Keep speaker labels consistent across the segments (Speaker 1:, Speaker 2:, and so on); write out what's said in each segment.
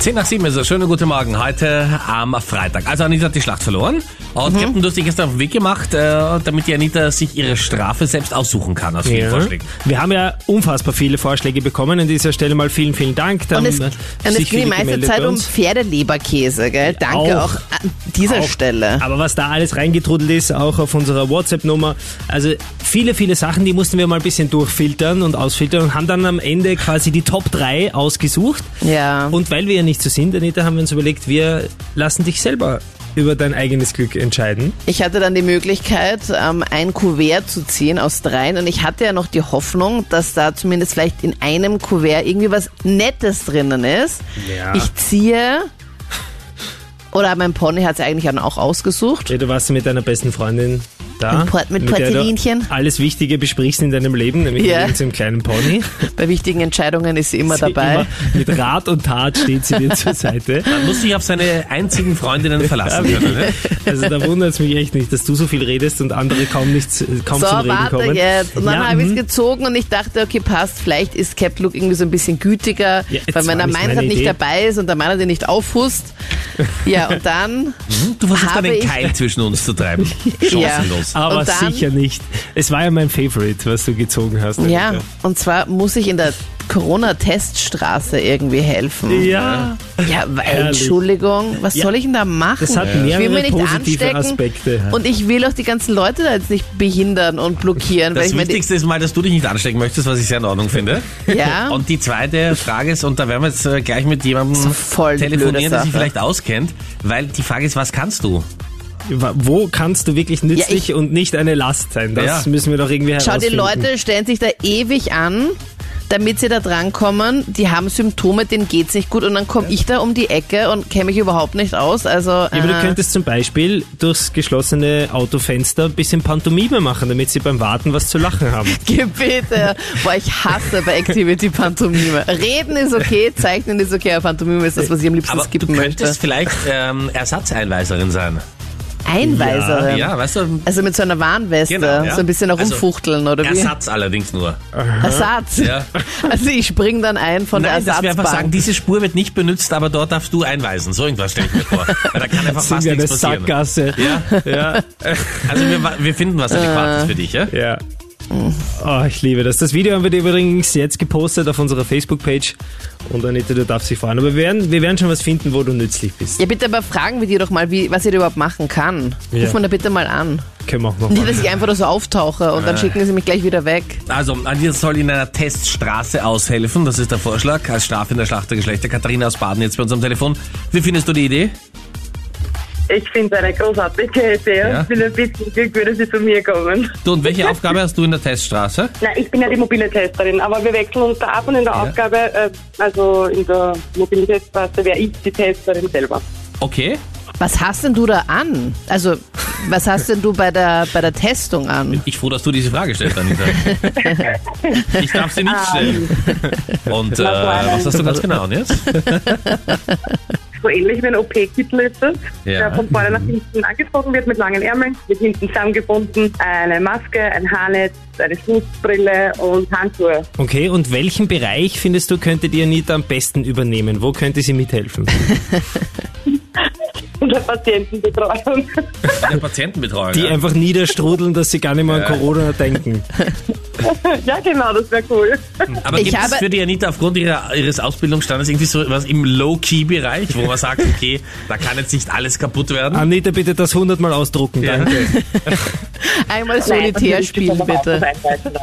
Speaker 1: 10 nach 7 ist es. Schönen guten Morgen. Heute am Freitag. Also Anita hat die Schlacht verloren. Und
Speaker 2: Mhm.
Speaker 1: Captain, du hast dich gestern auf den Weg gemacht, äh, damit die Anita sich ihre Strafe selbst aussuchen kann aus vielen Vorschlägen.
Speaker 3: Wir haben ja unfassbar viele Vorschläge bekommen. An dieser Stelle mal vielen, vielen Dank. Da
Speaker 2: Und es,
Speaker 3: haben sich
Speaker 2: und es ging
Speaker 3: viele
Speaker 2: die meiste
Speaker 3: gemeldet
Speaker 2: Zeit
Speaker 3: bei
Speaker 2: um
Speaker 3: uns.
Speaker 2: Pferdeleberkäse, gell? Danke
Speaker 3: Auch.
Speaker 2: auch, an dieser
Speaker 3: Auch.
Speaker 2: Stelle.
Speaker 3: Aber was da alles reingetrudelt ist, auch auf unserer WhatsApp-Nummer. Also viele, viele Sachen, die mussten wir mal ein bisschen durchfiltern und ausfiltern und haben dann am Ende quasi die Top 3 ausgesucht.
Speaker 2: Ja.
Speaker 3: Und weil wir ja nicht so sind, Anita, haben wir uns überlegt, wir lassen dich selber über dein eigenes Glück entscheiden.
Speaker 2: Ich hatte dann die Möglichkeit, ähm, ein Kuvert zu ziehen aus dreien und ich hatte ja noch die Hoffnung, dass da zumindest vielleicht in einem Kuvert irgendwie was Nettes drinnen ist.
Speaker 3: Ja.
Speaker 2: Ich ziehe, oder mein Pony hat es eigentlich dann auch ausgesucht.
Speaker 3: Ja, du warst ja mit deiner besten Freundin da.
Speaker 2: Mit Port- mit
Speaker 3: der du
Speaker 2: Porzellinchen.
Speaker 3: Alles Wichtige besprichst in deinem Leben, nämlich
Speaker 2: Ja.
Speaker 3: mit diesem kleinen Pony.
Speaker 2: Bei wichtigen Entscheidungen ist sie immer
Speaker 3: Sie
Speaker 2: dabei.
Speaker 3: Immer mit Rat und Tat steht sie dir zur Seite.
Speaker 1: Man muss sich auf seine einzigen Freundinnen verlassen können. Ne?
Speaker 3: Also da wundert es mich echt nicht, dass du so viel redest und andere kaum, nichts, kaum
Speaker 2: So,
Speaker 3: Um zum Reden
Speaker 2: warte
Speaker 3: kommen.
Speaker 2: jetzt. Und dann
Speaker 3: ja,
Speaker 2: habe ich es
Speaker 3: mhm.
Speaker 2: gezogen und ich dachte, okay, passt, vielleicht ist Cap Look irgendwie so ein bisschen gütiger,
Speaker 3: Ja, jetzt
Speaker 2: weil mein
Speaker 3: war
Speaker 2: der
Speaker 3: nicht
Speaker 2: Mann
Speaker 3: meine
Speaker 2: hat nicht
Speaker 3: Idee.
Speaker 2: dabei ist und der Mann hat ihn nicht aufhust. Ja, und dann,
Speaker 1: Hm? Du versuchst
Speaker 2: Habe
Speaker 1: einen
Speaker 2: ich-
Speaker 1: Keil zwischen uns zu treiben.
Speaker 2: ja,
Speaker 1: Chancenlos.
Speaker 3: aber
Speaker 2: und dann,
Speaker 3: sicher nicht. Es war ja mein Favorite, was du gezogen hast.
Speaker 2: Ja,
Speaker 3: Anita.
Speaker 2: und zwar muss ich in der Corona-Teststraße irgendwie helfen.
Speaker 3: Ja.
Speaker 2: Ja, weil,
Speaker 3: Herrlich.
Speaker 2: Entschuldigung, was
Speaker 3: Ja,
Speaker 2: soll ich denn da machen?
Speaker 3: das hat
Speaker 2: ich will
Speaker 3: mehrere
Speaker 2: mir nicht
Speaker 3: positive
Speaker 2: anstecken
Speaker 3: Aspekte.
Speaker 2: und ich will auch die ganzen Leute da jetzt nicht behindern und blockieren. weil
Speaker 1: Das
Speaker 2: ich meine, die-
Speaker 1: Wichtigste ist mal, dass du dich nicht anstecken möchtest, was ich sehr in Ordnung finde.
Speaker 2: Ja.
Speaker 1: Und die zweite Frage ist, und da werden wir jetzt äh, gleich mit jemandem
Speaker 2: ist voll die blöde
Speaker 1: telefonieren, der sich
Speaker 2: Sache.
Speaker 1: vielleicht auskennt, weil die Frage ist, was kannst du?
Speaker 3: Wa- Wo kannst du wirklich nützlich
Speaker 2: ich-
Speaker 3: und nicht eine Last sein? Das
Speaker 1: Ja.
Speaker 3: müssen wir doch irgendwie
Speaker 2: Schau, die
Speaker 3: herausfinden.
Speaker 2: Leute stellen sich da ewig an, damit sie da drankommen. Die haben Symptome, denen geht's nicht gut. Und dann komme ich da um die Ecke und kenne mich überhaupt nicht aus. Also,
Speaker 3: Ja, aber du
Speaker 2: äh,
Speaker 3: könntest zum Beispiel durchs geschlossene Autofenster ein bisschen Pantomime machen, damit sie beim Warten was zu lachen haben.
Speaker 2: Gebete. Boah, ich hasse bei Activity Pantomime. Reden ist okay, zeichnen ist okay, aber Pantomime ist das, was ich am liebsten
Speaker 1: Aber du
Speaker 2: skippen
Speaker 1: könntest
Speaker 2: möchte.
Speaker 1: vielleicht ähm, Ersatzeinweiserin sein.
Speaker 2: Einweiserin.
Speaker 1: Ja, weißt du,
Speaker 2: Also mit so einer Warnweste,
Speaker 1: Genau, ja.
Speaker 2: so ein bisschen herumfuchteln, oder wie?
Speaker 1: Ersatz allerdings nur.
Speaker 2: Ersatz.
Speaker 1: Ja.
Speaker 2: Also ich spring dann ein von
Speaker 1: Nein,
Speaker 2: der
Speaker 1: dass wir einfach sagen,
Speaker 2: Ersatzbank.
Speaker 1: diese Spur wird nicht benutzt, aber dort darfst du einweisen. So irgendwas stelle ich mir vor. Weil da kann einfach
Speaker 3: Sind
Speaker 1: fast
Speaker 3: wir eine
Speaker 1: nichts passieren.
Speaker 3: Sackgasse.
Speaker 1: Ja,
Speaker 3: Ja,
Speaker 1: also wir, wir finden was Adäquates für dich, ja?
Speaker 3: ja. Oh, ich liebe das. Das Video haben wir dir übrigens jetzt gepostet auf unserer Facebook-Page. Und Anita, du darfst dich freuen. Aber wir werden, wir werden schon was finden, wo du nützlich bist.
Speaker 2: ja, bitte aber fragen wir dir doch mal, wie, was ihr da überhaupt machen kann.
Speaker 3: Ja.
Speaker 2: Ruf mal da bitte mal an.
Speaker 3: Können wir auch noch
Speaker 2: Nicht, dass
Speaker 3: machen.
Speaker 2: ich einfach da so auftauche und dann schicken sie mich gleich wieder weg.
Speaker 1: Also, Anja soll in einer Teststraße aushelfen. Das ist der Vorschlag. Als Strafe in der Schlacht der Geschlechter. Katharina aus Baden jetzt bei uns am Telefon. Wie findest du die Idee?
Speaker 4: Ich finde es eine großartige Idee.
Speaker 1: Ja.
Speaker 4: Ich bin ein bisschen Glück, würde sie zu mir kommen.
Speaker 1: Du, und welche Aufgabe hast du in der Teststraße?
Speaker 4: Nein, ich bin ja die mobile Testerin, aber wir wechseln uns da ab und in der Aufgabe, äh, also in der mobilen Testphase, wäre ich die Testerin selber.
Speaker 1: Okay.
Speaker 2: Was hast denn du da an? Also, was hast denn du bei der, bei der Testung an?
Speaker 1: Ich froh, dass du diese Frage stellst, Anita. ich darf sie nicht stellen. Und äh,
Speaker 4: leider.
Speaker 1: was hast du ganz genau an jetzt?
Speaker 4: So ähnlich wie ein OP-Kittel ist das,
Speaker 1: Ja.
Speaker 4: der von vorne nach hinten angezogen wird mit langen Ärmeln, wird hinten zusammengebunden, eine Maske, ein Haarnetz, eine Schutzbrille und Handschuhe.
Speaker 3: Okay, und welchen Bereich findest du, könntet ihr Anita am besten übernehmen? Wo könnte sie mithelfen?
Speaker 4: Und eine Patientenbetreuung.
Speaker 1: Der Patientenbetreuung.
Speaker 3: Die
Speaker 1: ja.
Speaker 3: einfach niederstrudeln, dass sie gar nicht mehr an Corona denken.
Speaker 4: ja, genau, das wäre cool.
Speaker 1: Aber
Speaker 2: Ich
Speaker 1: gibt es
Speaker 2: habe-
Speaker 1: für die Anita aufgrund ihrer, ihres Ausbildungsstandes irgendwie so was im Low-Key-Bereich, wo man sagt, okay, da kann jetzt nicht alles kaputt werden?
Speaker 3: Anita, bitte das hundertmal ausdrucken,
Speaker 1: Ja.
Speaker 3: danke.
Speaker 2: Einmal
Speaker 4: Nein, natürlich
Speaker 2: solitär
Speaker 4: ist das
Speaker 2: spielen,
Speaker 4: aber auch
Speaker 2: bitte.
Speaker 4: das Einweisen dann.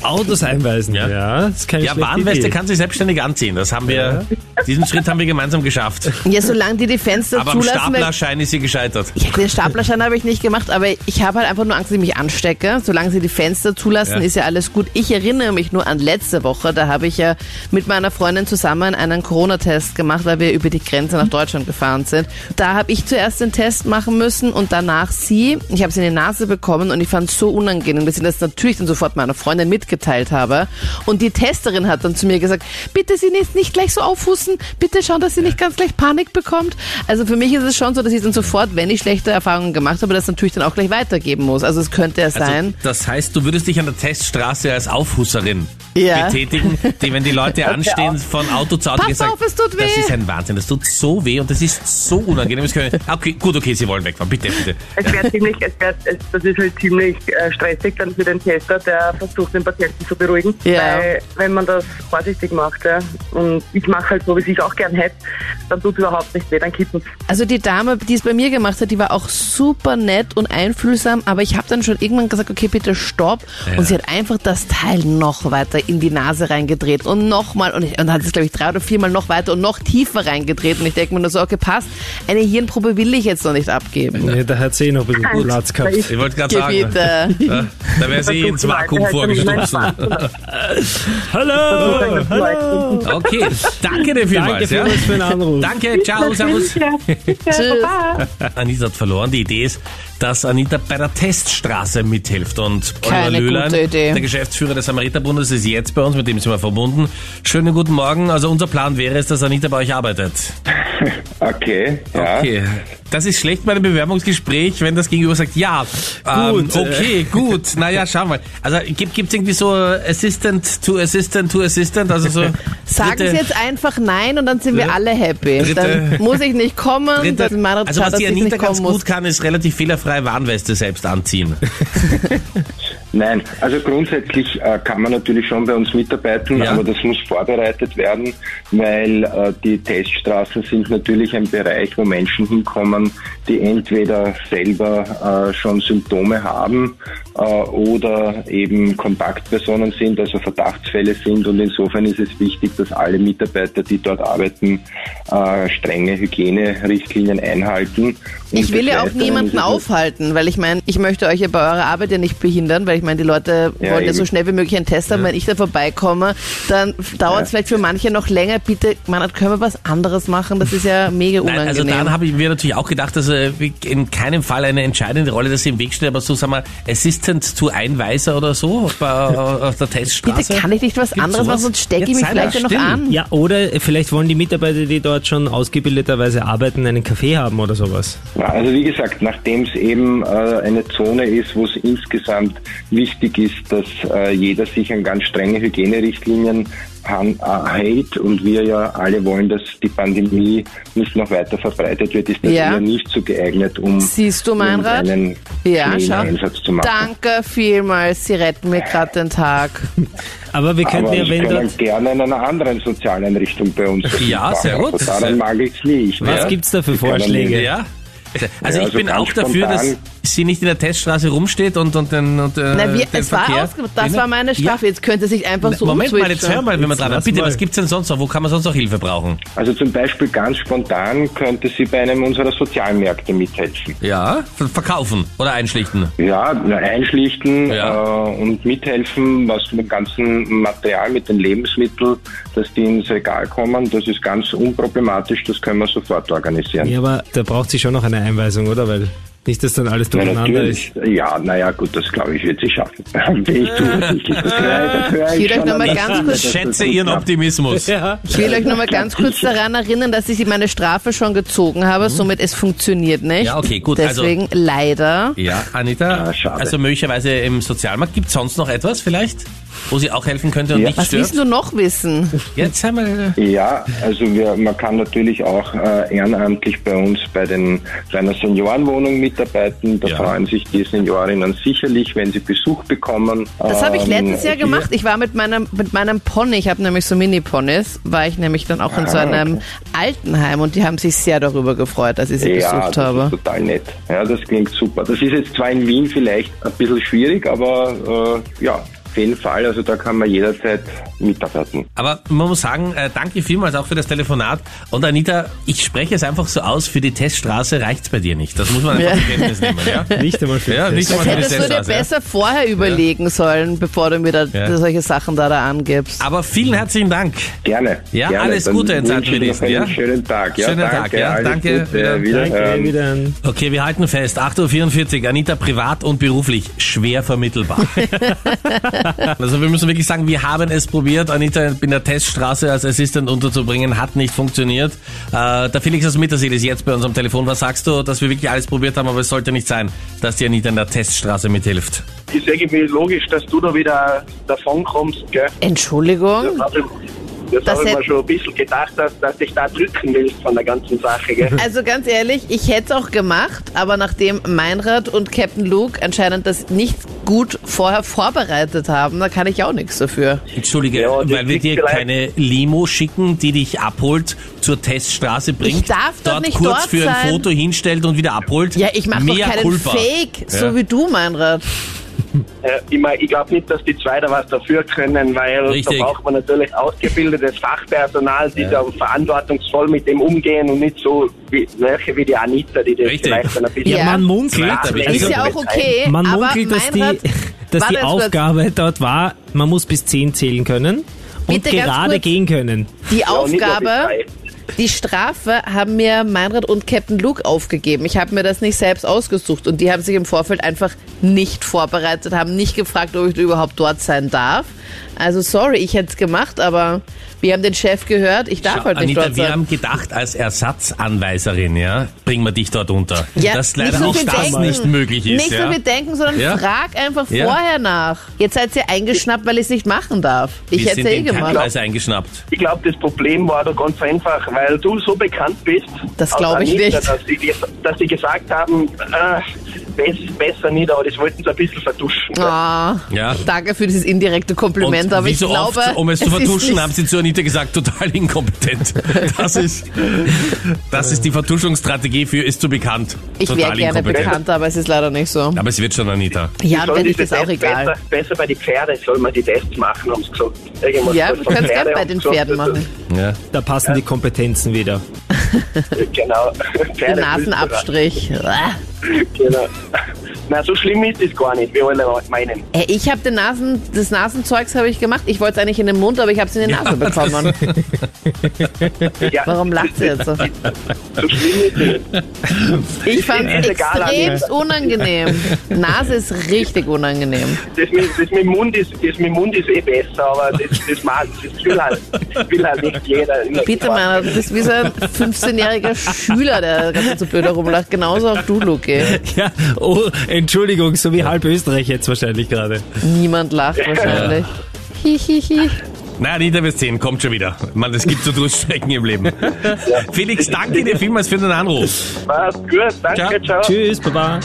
Speaker 3: Autos einweisen,
Speaker 1: Ja.
Speaker 3: ja. das ist keine
Speaker 1: Ja,
Speaker 3: schlechte
Speaker 1: Warnweste
Speaker 3: Idee.
Speaker 1: kann sich selbstständig anziehen. Das haben wir, diesen Schritt haben wir gemeinsam geschafft.
Speaker 2: Ja, solange die die Fenster
Speaker 1: Aber am
Speaker 2: zulassen. weil-
Speaker 1: Staplerschein ist sie gescheitert.
Speaker 2: Ja, den Staplerschein habe ich nicht gemacht, aber ich habe halt einfach nur Angst, dass ich mich anstecke. Solange sie die Fenster zulassen,
Speaker 1: Ja.
Speaker 2: ist ja alles gut. Ich erinnere mich nur an letzte Woche, da habe ich ja mit meiner Freundin zusammen einen Corona-Test gemacht, weil wir über die Grenze nach Deutschland gefahren sind. Da habe ich zuerst den Test machen müssen und danach sie. Ich habe sie in die Nase bekommen und ich fand es so unangenehm, dass ich das natürlich dann sofort meiner Freundin mitgeteilt habe. Und die Testerin hat dann zu mir gesagt, bitte sie jetzt nicht gleich so aufhusten, bitte schauen, dass sie nicht ganz gleich Panik bekommt. Also für mich ist es schon so, dass ich dann sofort, wenn ich schlechte Erfahrungen gemacht habe, das natürlich dann auch gleich weitergeben muss. Also es könnte ja sein.
Speaker 1: Also, das heißt, du würdest dich an der Teststraße als Aufhusserin
Speaker 2: Ja.
Speaker 1: betätigen, die, wenn die Leute anstehen von Auto zu Auto.
Speaker 2: Pass
Speaker 1: gesagt,
Speaker 2: auf, es tut
Speaker 1: Das
Speaker 2: weh.
Speaker 1: ist ein Wahnsinn, das tut so weh und das ist so unangenehm. Das können, okay, gut, okay, Sie wollen wegfahren, bitte, bitte.
Speaker 4: Es wäre ziemlich, es wär, es, das ist halt ziemlich äh, stressig dann für den Tester, der versucht, den Patienten zu beruhigen.
Speaker 2: Ja.
Speaker 4: Weil, wenn man das vorsichtig macht, ja, und ich mache halt so, wie ich auch gern hätte, dann tut es überhaupt nicht weh, dann kippen
Speaker 2: Also die Dame, die es bei mir gemacht hat, die war auch super nett und einfühlsam, aber ich habe dann schon irgendwann gesagt, okay, bitte stopp.
Speaker 1: Ja.
Speaker 2: Und sie hat einfach das Teil noch weiter in die Nase reingedreht und nochmal und, ich- und hat es, glaube ich, drei oder viermal noch weiter und noch tiefer reingedreht. Und ich denke mir nur so, okay, passt, eine Hirnprobe will ich jetzt noch nicht abgeben.
Speaker 3: Ja, da hat sie eh noch ein bisschen Platz gehabt.
Speaker 1: Ich wollte gerade sagen,
Speaker 2: Gebiete.
Speaker 1: ja, da wäre sie ins
Speaker 4: halt
Speaker 1: Vakuum vorgestoßen.
Speaker 3: Hallo!
Speaker 4: Hallo!
Speaker 1: Okay, danke dir
Speaker 3: Danke
Speaker 1: vielmals. ja.
Speaker 3: vielmals für den Anruf.
Speaker 1: Danke, ciao, servus.
Speaker 2: Tschüss.
Speaker 1: Anita hat verloren. Die Idee ist, dass Anita bei der Teststraße mithilft. Und
Speaker 2: Keine
Speaker 1: Oliver Löhlein,
Speaker 2: gute Idee.
Speaker 1: der Geschäftsführer des Samariterbundes, ist jetzt bei uns, mit dem sind wir verbunden. Schönen guten Morgen. Also unser Plan wäre es, dass Anita bei euch arbeitet.
Speaker 5: Okay, ja.
Speaker 1: Okay. Das ist schlecht bei einem Bewerbungsgespräch, wenn das Gegenüber sagt, ja, ähm,
Speaker 3: Gut.
Speaker 1: okay, gut, naja, schauen wir. Also gibt es irgendwie so äh, Assistant to Assistant to Assistant, also so
Speaker 2: Sagen
Speaker 1: dritte-
Speaker 2: Sie jetzt einfach nein und dann sind wir alle happy.
Speaker 1: Dritte-
Speaker 2: Dann muss ich nicht kommen,
Speaker 1: dritte-
Speaker 2: dann Mann
Speaker 1: also was
Speaker 2: dass
Speaker 1: die
Speaker 2: ich
Speaker 1: Anita
Speaker 2: nicht
Speaker 1: ganz
Speaker 2: kommen muss.
Speaker 1: gut kann, ist relativ fehlerfrei Warnweste selbst anziehen.
Speaker 5: Nein, also grundsätzlich äh, kann man natürlich schon bei uns mitarbeiten,
Speaker 1: Ja.
Speaker 5: aber das muss vorbereitet werden, weil äh, die Teststraßen sind natürlich ein Bereich, wo Menschen hinkommen, die entweder selber äh, schon Symptome haben äh, oder eben Kontaktpersonen sind, also Verdachtsfälle sind und insofern ist es wichtig, dass alle Mitarbeiter, die dort arbeiten, äh, strenge Hygienerichtlinien einhalten. Und
Speaker 2: Ich will
Speaker 5: des
Speaker 2: ja auch
Speaker 5: Weiteren ist
Speaker 2: niemanden
Speaker 5: es
Speaker 2: aufhalten, weil ich meine, ich möchte euch ja bei eurer Arbeit ja nicht behindern, weil ich meine, die Leute
Speaker 5: Ja,
Speaker 2: wollen ja
Speaker 5: eben.
Speaker 2: so schnell wie möglich einen Test haben. Wenn ich da vorbeikomme, dann dauert es vielleicht für manche noch länger. Bitte, man, können wir was anderes machen? Das ist ja mega
Speaker 1: Nein, also
Speaker 2: unangenehm.
Speaker 1: dann habe ich mir natürlich auch gedacht, dass äh, in keinem Fall eine entscheidende Rolle, dass sie im Weg steht, aber so sagen wir Assistant to Einweiser oder so bei, auf der Teststraße.
Speaker 2: Bitte kann ich nicht was
Speaker 1: Gibt's sowas?
Speaker 2: anderes machen, sonst stecke
Speaker 1: Jetzt
Speaker 2: ich mich
Speaker 1: sei doch
Speaker 2: vielleicht ja noch
Speaker 1: still.
Speaker 2: an.
Speaker 3: Ja, oder vielleicht wollen die Mitarbeiter, die dort schon ausgebildeterweise arbeiten, einen Kaffee haben oder sowas.
Speaker 5: Ja, Also wie gesagt, nachdem es eben äh, eine Zone ist, wo es insgesamt wichtig ist, dass äh, jeder sich an ganz strenge Hygienerichtlinien han- äh, hält und wir ja alle wollen, dass die Pandemie nicht noch weiter verbreitet wird, ist das
Speaker 2: Ja.
Speaker 5: eher nicht so geeignet, um
Speaker 2: Siehst du,
Speaker 5: um
Speaker 2: Meinrad?
Speaker 5: einen
Speaker 2: Ja,
Speaker 5: schnellen
Speaker 2: schau.
Speaker 5: Einsatz zu machen.
Speaker 2: Danke vielmals, Sie retten mir gerade den Tag.
Speaker 3: Aber wir könnten
Speaker 5: Aber
Speaker 3: ja,
Speaker 5: ich
Speaker 3: wenn
Speaker 5: kann
Speaker 3: dort.
Speaker 5: gerne in einer anderen Sozialeinrichtung bei uns.
Speaker 1: Ja,
Speaker 5: machen.
Speaker 1: sehr gut.
Speaker 5: Also Daran mag ich nicht.
Speaker 3: Was
Speaker 5: ja.
Speaker 3: gibt's da für
Speaker 5: Ich kann dann
Speaker 3: Vorschläge?
Speaker 1: Ja. Also
Speaker 5: Ja,
Speaker 1: ich
Speaker 5: also
Speaker 1: bin
Speaker 5: ganz
Speaker 1: auch dafür, dass
Speaker 5: spontan.
Speaker 1: sie nicht in der Teststraße rumsteht und, und den, und, äh,
Speaker 2: Na, wir,
Speaker 1: den
Speaker 2: es war
Speaker 1: Verkehr.
Speaker 2: ausgemacht. Das war meine Strafe. Jetzt könnte sich einfach so
Speaker 1: Moment mal, jetzt
Speaker 2: umswitchen.
Speaker 1: hör mal, wenn wir dran
Speaker 3: Jetzt
Speaker 1: haben. Bitte,
Speaker 3: lass
Speaker 1: was
Speaker 3: mal.
Speaker 1: gibt's denn sonst noch? Wo kann man sonst noch Hilfe brauchen?
Speaker 5: Also zum Beispiel ganz spontan könnte sie bei einem unserer Sozialmärkte mithelfen.
Speaker 1: Ja, ver- verkaufen oder einschlichten.
Speaker 5: Ja, na, einschlichten
Speaker 1: Ja.
Speaker 5: Äh, und mithelfen, was mit dem ganzen Material, mit den Lebensmitteln, dass die ins Regal kommen, das ist ganz unproblematisch, das können wir sofort organisieren.
Speaker 3: Ja, aber da braucht sie schon noch eine Einweisung, oder? Weil nicht, dass dann alles
Speaker 5: Na,
Speaker 3: durcheinander ist.
Speaker 5: natürlich. Ja, naja, gut, das glaube ich, wird sie schaffen. Bin ich zuversichtlich. Das höre ich- das höre
Speaker 2: Ich will euch
Speaker 5: schon
Speaker 2: noch
Speaker 5: an
Speaker 2: mal
Speaker 5: der
Speaker 2: ganz
Speaker 5: Stimme,
Speaker 2: kurz-
Speaker 5: dass das
Speaker 1: Schätze
Speaker 5: gut
Speaker 1: ihren
Speaker 5: klappt.
Speaker 1: Optimismus.
Speaker 3: Ja.
Speaker 2: Ich will euch nur mal ganz kurz daran erinnern, dass ich meine Strafe schon gezogen habe, somit es funktioniert nicht.
Speaker 1: Mhm. Ja, okay, gut, also-
Speaker 2: Deswegen leider.
Speaker 1: Ja, Anita,
Speaker 5: Ah, schade.
Speaker 1: also möglicherweise im Sozialmarkt. Gibt's sonst noch etwas vielleicht, wo sie auch helfen könnte und
Speaker 5: Ja.
Speaker 1: nicht
Speaker 2: Was willst
Speaker 1: stört?
Speaker 2: du noch wissen?
Speaker 1: Jetzt haben wir...
Speaker 5: Ja, also wir, man kann natürlich auch äh, ehrenamtlich bei uns bei, den, bei einer Seniorenwohnung mitarbeiten. Da
Speaker 1: Ja.
Speaker 5: freuen sich die Seniorinnen sicherlich, wenn sie Besuch bekommen.
Speaker 2: Das habe ich
Speaker 5: Ähm,
Speaker 2: letztes Jahr gemacht. Ich war mit meinem, mit meinem Pony, ich habe nämlich so Mini-Ponys, war ich nämlich dann auch in so
Speaker 5: Ah,
Speaker 2: einem Altenheim und die haben sich sehr darüber gefreut, dass ich sie
Speaker 5: Ja,
Speaker 2: besucht
Speaker 5: das ist
Speaker 2: habe.
Speaker 5: total nett. Ja, das klingt super. Das ist jetzt zwar in Wien vielleicht ein bisschen schwierig, aber äh, ja, auf jeden Fall. Also da kann man jederzeit mitarbeiten.
Speaker 1: Aber man muss sagen, äh, danke vielmals auch für das Telefonat. Und Anita, ich spreche es einfach so aus, für die Teststraße reicht's bei dir nicht. Das muss man einfach
Speaker 2: Ja.
Speaker 1: zur Kenntnis nehmen. Ja,
Speaker 3: Nicht einmal für
Speaker 1: ja
Speaker 3: den
Speaker 1: nicht
Speaker 3: Test.
Speaker 1: einmal für die
Speaker 2: Hättest du dir
Speaker 1: Teststraße. ja.
Speaker 2: besser vorher überlegen sollen, bevor du mir da
Speaker 1: Ja. Ah.
Speaker 2: solche Sachen da, da angibst.
Speaker 1: Aber vielen herzlichen Dank.
Speaker 5: Gerne.
Speaker 1: Ja,
Speaker 5: gerne.
Speaker 1: alles
Speaker 5: Dann
Speaker 1: Gute in
Speaker 5: wünsche
Speaker 1: Zeiten wie
Speaker 5: ich noch
Speaker 1: diesen,
Speaker 5: einen
Speaker 1: ja?
Speaker 5: Schönen Tag. Ja,
Speaker 1: Schönen Tag,
Speaker 5: danke.
Speaker 1: ja.
Speaker 5: alles
Speaker 1: Danke.
Speaker 5: Gute.
Speaker 1: Wiederhören.
Speaker 3: Danke,
Speaker 5: Wiederhören.
Speaker 3: wieder ein
Speaker 1: Okay, wir halten fest. 8.44 Uhr. Anita privat und beruflich schwer vermittelbar. Also wir müssen wirklich sagen, wir haben es probiert, Anita in der Teststraße als Assistant unterzubringen, hat nicht funktioniert. Äh, der Felix aus Mittersil ist jetzt bei uns am Telefon. Was sagst du, dass wir wirklich alles probiert haben, aber es sollte nicht sein, dass die Anita in der Teststraße mithilft.
Speaker 6: ist irgendwie logisch, dass du da wieder davon kommst, gell?
Speaker 2: Entschuldigung?
Speaker 6: Das habe ich, das
Speaker 2: Hm. Das
Speaker 6: hab ich
Speaker 2: hätt-
Speaker 6: mir schon ein bisschen gedacht, dass, dass dich da drücken willst von der ganzen Sache, gell?
Speaker 2: Also ganz ehrlich, ich hätte es auch gemacht, aber nachdem Meinrad und Captain Luke anscheinend das nicht gut vorher vorbereitet haben, da kann ich auch nichts dafür.
Speaker 1: Entschuldige,
Speaker 6: Ja,
Speaker 1: weil
Speaker 6: das
Speaker 1: wir
Speaker 6: liegt
Speaker 1: dir
Speaker 6: vielleicht-
Speaker 1: keine Limo schicken, die dich abholt, zur Teststraße bringt,
Speaker 2: darf doch
Speaker 1: dort
Speaker 2: nicht
Speaker 1: kurz
Speaker 2: dort
Speaker 1: für ein
Speaker 2: sein.
Speaker 1: Foto hinstellt und wieder abholt.
Speaker 2: Ja, ich mache doch
Speaker 1: Mea
Speaker 2: keinen
Speaker 1: culpa.
Speaker 2: Fake,
Speaker 1: Ja.
Speaker 2: so wie du, Meinrad.
Speaker 6: Äh, Ich, mein, ich glaube nicht, dass die zwei da was dafür können, weil
Speaker 1: Richtig.
Speaker 6: da braucht man natürlich ausgebildetes Fachpersonal, die da verantwortungsvoll mit dem umgehen und nicht so wie, welche wie die Anita, die das
Speaker 1: Richtig.
Speaker 6: vielleicht dann ein bisschen...
Speaker 2: Ja,
Speaker 3: man munkelt,
Speaker 1: Klar, da
Speaker 2: Ist
Speaker 1: Also,
Speaker 2: ja auch okay,
Speaker 3: man
Speaker 2: aber
Speaker 3: munkelt, dass
Speaker 2: Meinrad,
Speaker 3: die, dass
Speaker 2: warte
Speaker 3: die
Speaker 2: jetzt kurz.
Speaker 3: Aufgabe dort war, man muss bis 10 zählen können und
Speaker 2: Bitte ganz
Speaker 3: gerade
Speaker 2: kurz.
Speaker 3: gehen können.
Speaker 2: die
Speaker 6: Ja, nicht nur die
Speaker 2: Aufgabe...
Speaker 6: zwei.
Speaker 2: Die Strafe haben mir Meinrad und Captain Luke aufgegeben. Ich habe mir das nicht selbst ausgesucht und die haben sich im Vorfeld einfach nicht vorbereitet, haben nicht gefragt, ob ich überhaupt dort sein darf. Also sorry, ich hätte es gemacht, aber wir haben den Chef gehört, ich darf
Speaker 1: Schau,
Speaker 2: halt nicht
Speaker 1: Anita,
Speaker 2: dort
Speaker 1: wir
Speaker 2: sein.
Speaker 1: haben gedacht, als Ersatzanweiserin, ja, bringen wir dich dort unter.
Speaker 2: Ja,
Speaker 1: Dass
Speaker 2: nicht
Speaker 1: leider
Speaker 2: so
Speaker 1: auch
Speaker 2: viel
Speaker 1: das
Speaker 2: denken.
Speaker 1: nicht möglich ist.
Speaker 2: Nicht
Speaker 1: ja.
Speaker 2: so viel denken, sondern
Speaker 1: Ja.
Speaker 2: frag einfach
Speaker 1: Ja.
Speaker 2: vorher nach. Jetzt seid ihr eingeschnappt, weil ich es nicht machen darf. Ich
Speaker 1: wir
Speaker 2: hätte
Speaker 1: sind
Speaker 2: es eh
Speaker 1: in keiner
Speaker 2: gemacht.
Speaker 1: Weise eingeschnappt.
Speaker 6: Ich glaube, das Problem war da ganz einfach, weil du so bekannt bist.
Speaker 2: Das
Speaker 6: aus
Speaker 2: glaub ich
Speaker 6: Anita,
Speaker 2: nicht.
Speaker 6: Dass sie, dass sie gesagt haben, äh, bess, besser nicht, aber das wollten sie ein bisschen vertuschen.
Speaker 2: Ah,
Speaker 1: Ja.
Speaker 2: Danke für dieses indirekte Kompliment,
Speaker 1: Und
Speaker 2: aber
Speaker 1: wie
Speaker 2: ich
Speaker 1: so
Speaker 2: glaube,
Speaker 1: oft, um es zu
Speaker 2: ist
Speaker 1: vertuschen,
Speaker 2: nicht
Speaker 1: haben sie zu Anita gesagt, total inkompetent. Das ist, das ist die Vertuschungsstrategie für ist zu bekannt.
Speaker 2: Ich wäre
Speaker 1: total
Speaker 2: gerne
Speaker 1: inkompetent.
Speaker 2: bekannt, aber es ist leider nicht so.
Speaker 1: Aber es wird schon, Anita.
Speaker 2: Ja,
Speaker 6: Sollen
Speaker 2: und wenn
Speaker 6: die
Speaker 2: nicht, ist
Speaker 6: das
Speaker 2: auch
Speaker 6: Test
Speaker 2: egal.
Speaker 6: Besser, besser bei den Pferden soll man die Tests machen, haben sie gesagt. Irgendwas
Speaker 2: Ja,
Speaker 6: von
Speaker 2: wir können es
Speaker 6: Pferde also,
Speaker 2: gerne bei
Speaker 6: haben
Speaker 2: den
Speaker 6: sie gesagt,
Speaker 2: Pferden
Speaker 6: das-
Speaker 2: machen.
Speaker 1: Ja.
Speaker 3: Da passen die Kompetenzen wieder.
Speaker 6: Genau.
Speaker 2: Den
Speaker 6: Pferde-
Speaker 2: Nasenabstrich. Ah.
Speaker 6: Genau. Na, so schlimm ist es gar nicht, wir alle meinen.
Speaker 2: Äh, Ich habe den Nasen, das Nasenzeugs habe ich gemacht. Ich wollte es eigentlich in den Mund, aber ich habe es in die
Speaker 1: Ja,
Speaker 2: Nase bekommen.
Speaker 6: Ja,
Speaker 2: Warum lacht ihr jetzt so?
Speaker 6: So schlimm ist es.
Speaker 2: Ich fand es
Speaker 6: Ist egal,
Speaker 2: extremst unangenehm. Nase ist richtig unangehm.
Speaker 6: Das mit, das mit dem Mund ist, das mit dem Mund ist eh besser, aber das, das mag, das will halt, das will halt nicht jeder.
Speaker 2: Bitte, Meinrad, du bist wie so ein 15-jähriger Schüler, der ganz so blöd herumlacht. Genauso auch du, Luke.
Speaker 3: Ja, oh, Entschuldigung, so wie halb Österreich jetzt wahrscheinlich gerade.
Speaker 2: Niemand lacht wahrscheinlich. Hihihi.
Speaker 1: Na, Anita, wir sehen, kommt schon wieder. Man, es gibt so Durchstrecken im Leben. Felix, danke dir vielmals für den Anruf.
Speaker 6: Mach's gut,
Speaker 1: Ciao.
Speaker 6: danke, ciao.
Speaker 3: Tschüss, Baba.